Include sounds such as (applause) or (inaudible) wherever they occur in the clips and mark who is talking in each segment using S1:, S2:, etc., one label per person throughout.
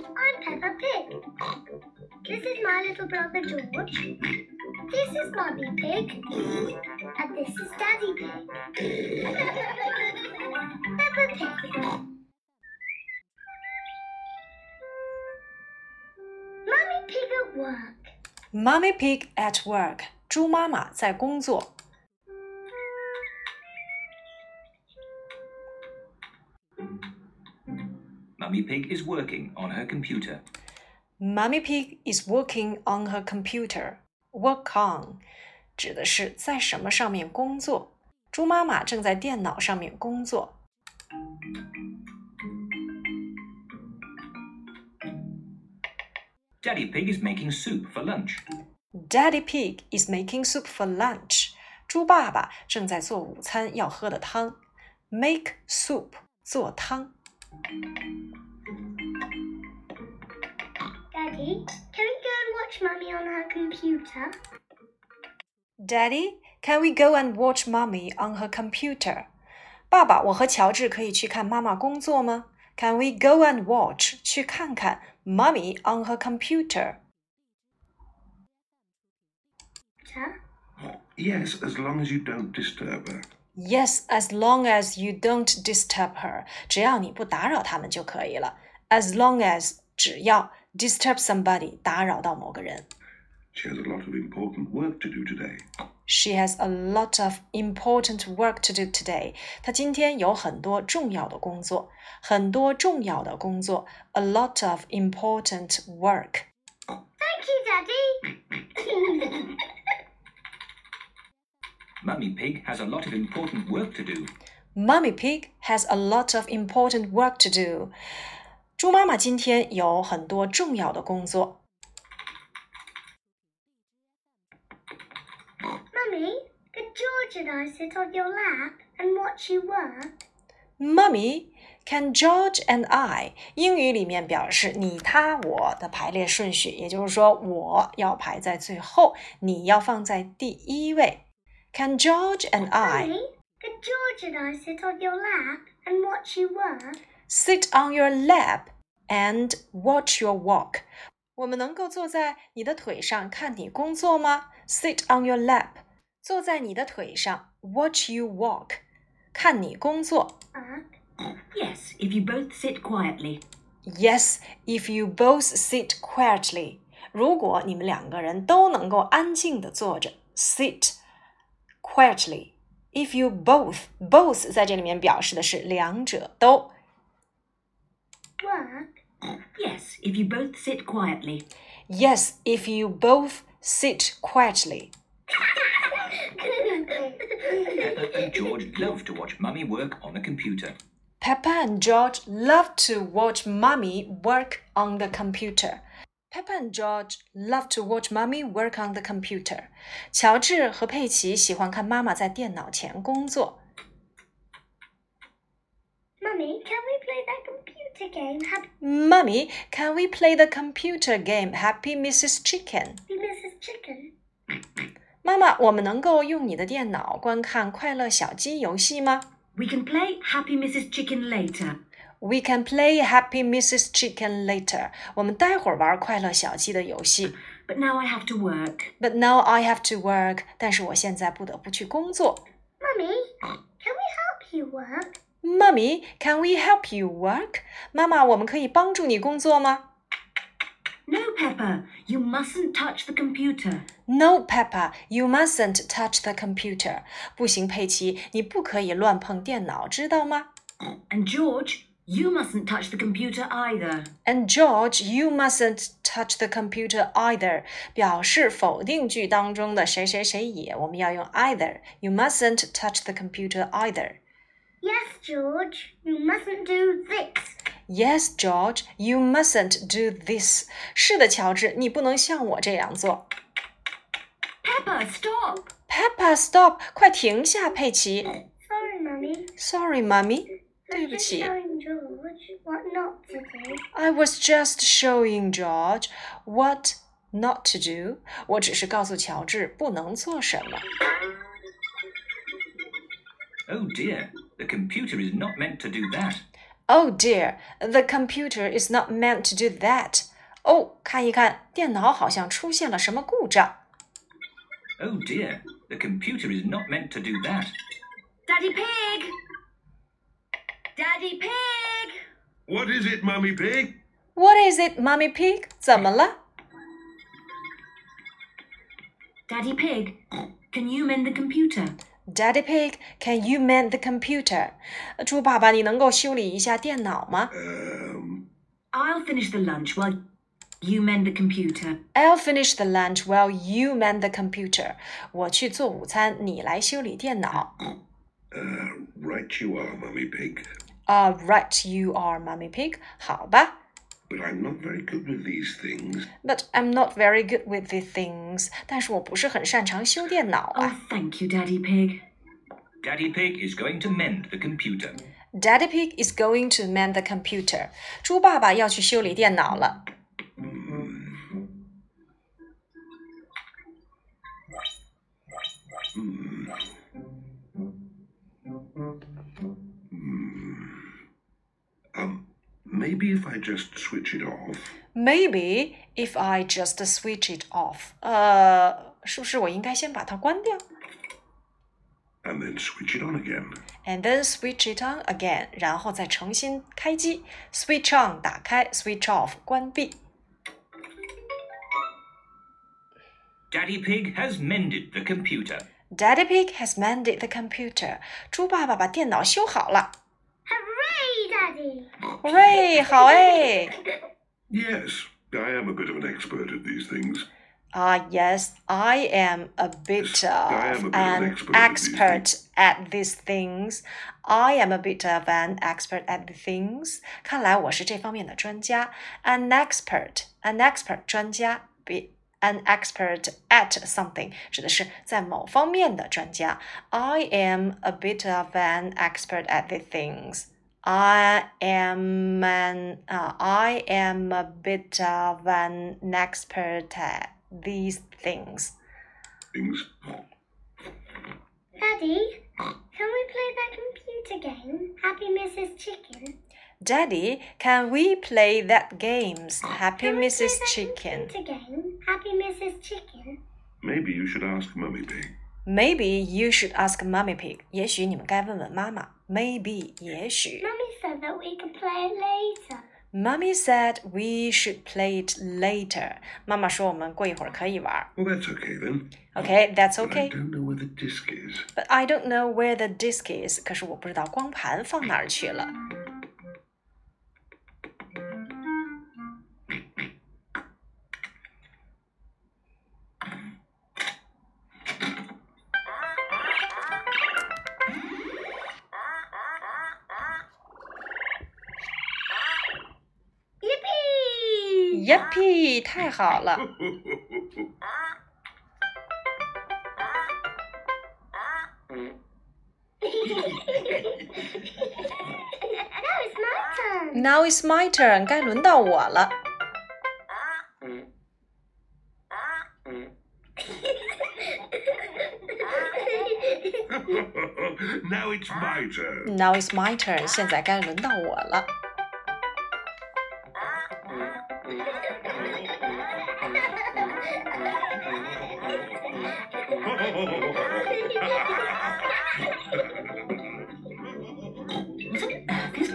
S1: a pig. This is my little brother George. This is Mommy Pig. And this is Daddy Pig. (laughs) Peppa Pig. Mommy Pig at work.
S2: Mummy Pig at work，猪妈妈在工作。
S3: Mummy Pig is working on her computer.
S2: Mummy Pig is working on her computer. Work on 指的是在什么上面工作。猪妈妈正在电脑上面工作。
S3: Daddy Pig is making soup for lunch.
S2: Daddy Pig is making soup for lunch. 猪爸爸正在做午餐要喝的汤。Make soup 做汤。
S1: Daddy, can we go and watch Mummy on her computer?
S2: Daddy, can we go and watch Mummy on her computer? 爸爸，我和乔治可以去看妈妈工作吗？Can we go and watch 去看看 Mummy on her computer？
S1: Sir?
S4: Yes, as long as you don't disturb her.
S2: Yes, as long as you don't disturb her，只要你不打扰他们就可以了。As long as 只要 disturb somebody 打扰到某个人。
S4: She has a lot of important work to do today.
S2: She has a lot of important work to do today. 她今天有很多重要的工作，很多重要的工作。A lot of important work.
S1: Thank you, Daddy. (laughs)
S3: Mummy Pig has a lot of important work to do.
S2: Mummy Pig has a lot of important work to do. 猪妈妈今天有很多重要的工作。
S1: Mummy, could George and I sit on your lap and watch you work?
S2: Mummy, can George and I？英语里面表示你、他、我的排列顺序，也就是说我要排在最后，你要放在第一位。Can George and I
S1: Mummy, could George and I sit on your lap and watch you work?
S2: sit on your lap and watch your walk？我们能够坐在你的腿上看你工作吗？Sit on your lap，坐在你的腿上，watch you walk，看你工作。
S1: Work.
S5: Yes, if you both sit quietly.
S2: Yes, if you both sit quietly. 如果你们两个人都能够安静的坐着，sit quietly. If you both, both 在这里面表示的是两者都。
S1: Work. (laughs)
S5: Yes, if you both sit quietly.
S2: Yes, if you both sit quietly.
S3: Peppa and George love to watch Mummy work on a computer.
S2: Peppa and George love to watch Mummy work on the computer. Peppa and George love to watch Mummy work on the computer. 乔治和佩奇喜欢看妈妈在电脑前工作。
S1: Mummy, can we play that computer game? Happy
S2: Mummy, can we play the computer game Happy Mrs. Chicken？
S1: Mrs. Chicken?
S2: 妈妈，我们能够用你的电脑观看快乐小鸡游戏吗
S5: We can play Happy Mrs. Chicken later.
S2: ？We can play Happy Mrs. Chicken later。我们待会儿玩快乐小鸡的游戏。
S5: But now I have to work.
S2: But now I have to work。但是我现在不得不去工作。
S1: Mummy, can we help you work?
S2: Mummy, can we help you work？妈妈，我们可以帮助你工作吗？
S5: No, Pepper, you mustn't touch the computer.
S2: No, Peppa, you mustn't touch the computer. 不行，佩奇，你不可以乱碰电脑，知道吗？
S5: And George, you mustn't touch the computer either.
S2: And George, you mustn't touch the computer either，表示否定句当中的谁谁谁也，我们要用 either。You mustn't touch the computer either.
S1: Yes, George, you mustn't do this.
S2: Yes, George, you mustn't do this. 是的，乔治，你不能像我这样做。
S5: Pepper, stop!
S2: Peppa, stop！快停下，佩奇。
S1: Sorry, Mummy.
S2: Sorry,
S1: I
S2: mummy.
S1: was
S2: 对不起。
S1: just showing George what not to do.
S2: I was just showing George what not to do. 我只是告诉乔治不能做什么。
S3: Oh dear, the computer is not meant to do that.
S2: Oh dear, the computer is not meant to do that. 哦，看一看，电脑好像出现了什么故障。
S3: Oh dear, the computer is not meant to do that.
S5: Daddy Pig! Daddy Pig!
S4: What is it, Mummy Pig?
S2: What is it, Mummy Pig？怎么了？
S5: Daddy Pig, can you mend the computer?
S2: Daddy Pig, can you mend the computer？呃猪爸爸，你能够修理一下电脑吗
S4: Um,
S5: I'll finish the lunch while you mend the computer.
S2: ？I'll finish the lunch while you mend the computer。我去做午餐，你来修理电脑。
S4: uh, right you are, Mummy Pig.
S2: Uh, right, you are, Mummy Pig。好吧。
S4: But I'm not very good with these things.
S2: But I'm not very good with these things。但是我不是很擅长修电脑啊。
S5: Oh, thank you, Daddy Pig.
S3: Daddy Pig is going to mend the computer.
S2: Daddy Pig is going to mend the computer。猪爸爸要去修理电脑了。
S4: Um, maybe if I just switch it off.
S2: Maybe if I just switch it off。呃，是不是我应该先把它关掉
S4: And then switch it on again.
S2: ？And then switch it on again，然后再重新开机。Switch on 打开，switch off 关闭。
S3: Daddy Pig has mended the computer.
S2: Daddy Pig has mended the computer。猪爸爸把电脑修好了。
S1: Hooray, Daddy!
S2: Hooray！好哎。
S4: Yes, I am a bit of an expert at these things.
S2: Ah, yes, I am a bit
S4: Yes, I
S2: of
S4: am a bit of
S2: an
S4: an expert
S2: expert at
S4: at these
S2: these things. I am a bit of an expert at the things. 看来我是这方面的专家。An expert, an expert 专家，be an expert at something 指的是在某方面的专家。I am a bit of an expert at the things. I am an uh, I am a bit of an expert at these things.
S4: Things.
S1: Daddy, can we play that computer game, Happy Mrs. Chicken?
S2: Daddy, can we play that games? Happy
S1: Can we play
S2: Mrs.
S1: that
S2: Chicken.
S1: Computer game, Happy Mrs. Chicken.
S4: Maybe you should ask Mummy Pig.
S2: Maybe you should ask Mummy Pig. 也许你们该问问妈妈。Maybe 也许。
S1: Mummy said that we could play it
S5: (laughs)
S1: later.
S2: Mummy said we should play it later. 妈妈说我们过一会儿可以玩儿。
S4: Well, that's okay then.
S2: Okay, that's
S4: But I
S2: okay.
S4: don't know where the disc is. (laughs)
S2: But I don't know where the disc is. 可是我不知道光盘放哪儿去了。
S1: Yippee!
S2: Yuppie，太好了。
S1: now it's my turn.
S2: Now it's my turn，该轮到我了。
S4: now it's my turn.
S2: Now it's my turn，现在该轮到我了。
S3: (laughs)
S5: What on earth is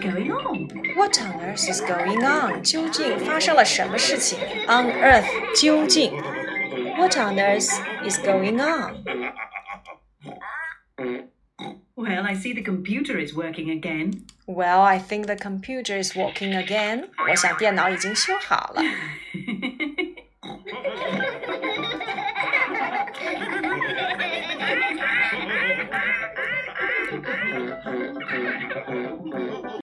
S5: Uh, going on?
S2: What on earth is going on？究竟发生了什么事情？On earth，究竟？What on earth is going on？
S5: Well, I see the computer is working again.
S2: Well, I think the computer is working again. 我想电脑已经修好了。
S1: (laughs)